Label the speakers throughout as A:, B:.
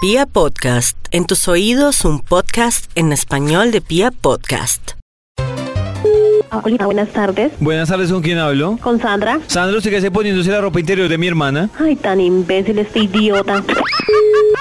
A: Pia Podcast, en tus oídos un podcast en español de Pia Podcast.
B: Ah, Hola, buenas tardes.
C: Buenas tardes, ¿con quién hablo?
B: Con Sandra.
C: Sandra, usted que hace poniéndose la ropa interior de mi hermana.
B: Ay, tan imbécil este idiota.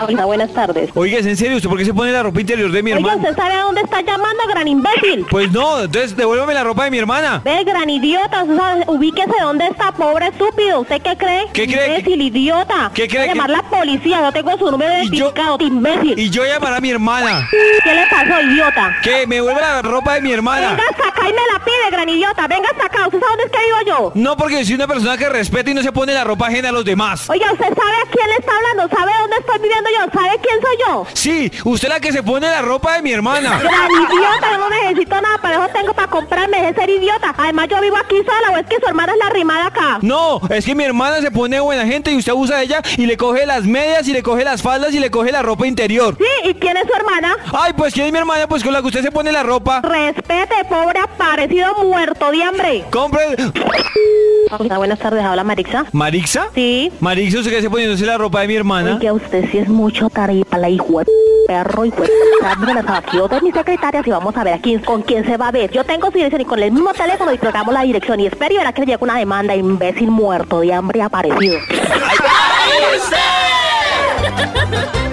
B: Hola, buenas tardes.
C: Oiga, ¿es en serio usted por qué se pone la ropa interior de mi
B: Oiga,
C: hermana?
B: ¿usted sabe a dónde está llamando, gran imbécil?
C: Pues no, entonces devuélveme la ropa de mi hermana.
B: Ve, gran idiota, usted sabe- ubíquese dónde está, pobre estúpido. ¿Usted qué cree?
C: ¿Qué cree?
B: Imbécil, idiota.
C: ¿Qué cree
B: Voy a
C: que-
B: llamar la policía, no tengo su número
C: ¿Y yo?
B: identificado, este imbécil.
C: Y yo llamar a mi hermana.
B: ¿Qué le pasó, idiota?
C: Que me devuelva la ropa de mi hermana.
B: Venga hasta acá y me la pide, gran idiota. Venga hasta acá, ¿usted sabe dónde es que vivo yo?
C: No porque soy una persona que respeta y no se pone la ropa ajena a los demás.
B: Oiga, ¿usted sabe a quién le está hablando? ¿Sabe dónde estoy viviendo yo? ¿Sabe quién soy yo?
C: Sí, usted es la que se pone la ropa de mi hermana.
B: Gran idiota, yo no necesito nada, pero eso tengo para comprarme, deje ser idiota. Además yo vivo aquí sola, o es que su hermana es la rimada acá.
C: No, es que mi hermana se pone buena gente y usted usa de ella y le coge las medias y le coge las faldas y le coge la ropa interior.
B: Sí, ¿y quién es su hermana?
C: Ay, pues ¿quién es mi hermana? Pues con la que usted se pone la ropa.
B: Respete, pobre aparecido muerto de hambre.
C: Compre...
B: buenas tardes, habla Marixa.
C: ¿Marixa?
B: Sí.
C: Marix, ¿usted qué hace poniéndose la ropa de mi hermana?
B: Oiga, usted sí es mucho taripa, la hijo de perro, hijo de me la saqueó de mi secretaria y vamos a ver a quién, con quién se va a ver. Yo tengo su dirección y con el mismo teléfono y programamos la dirección y espero y verá que le llega una demanda, imbécil muerto de hambre aparecido.
D: ¡Ay, usted!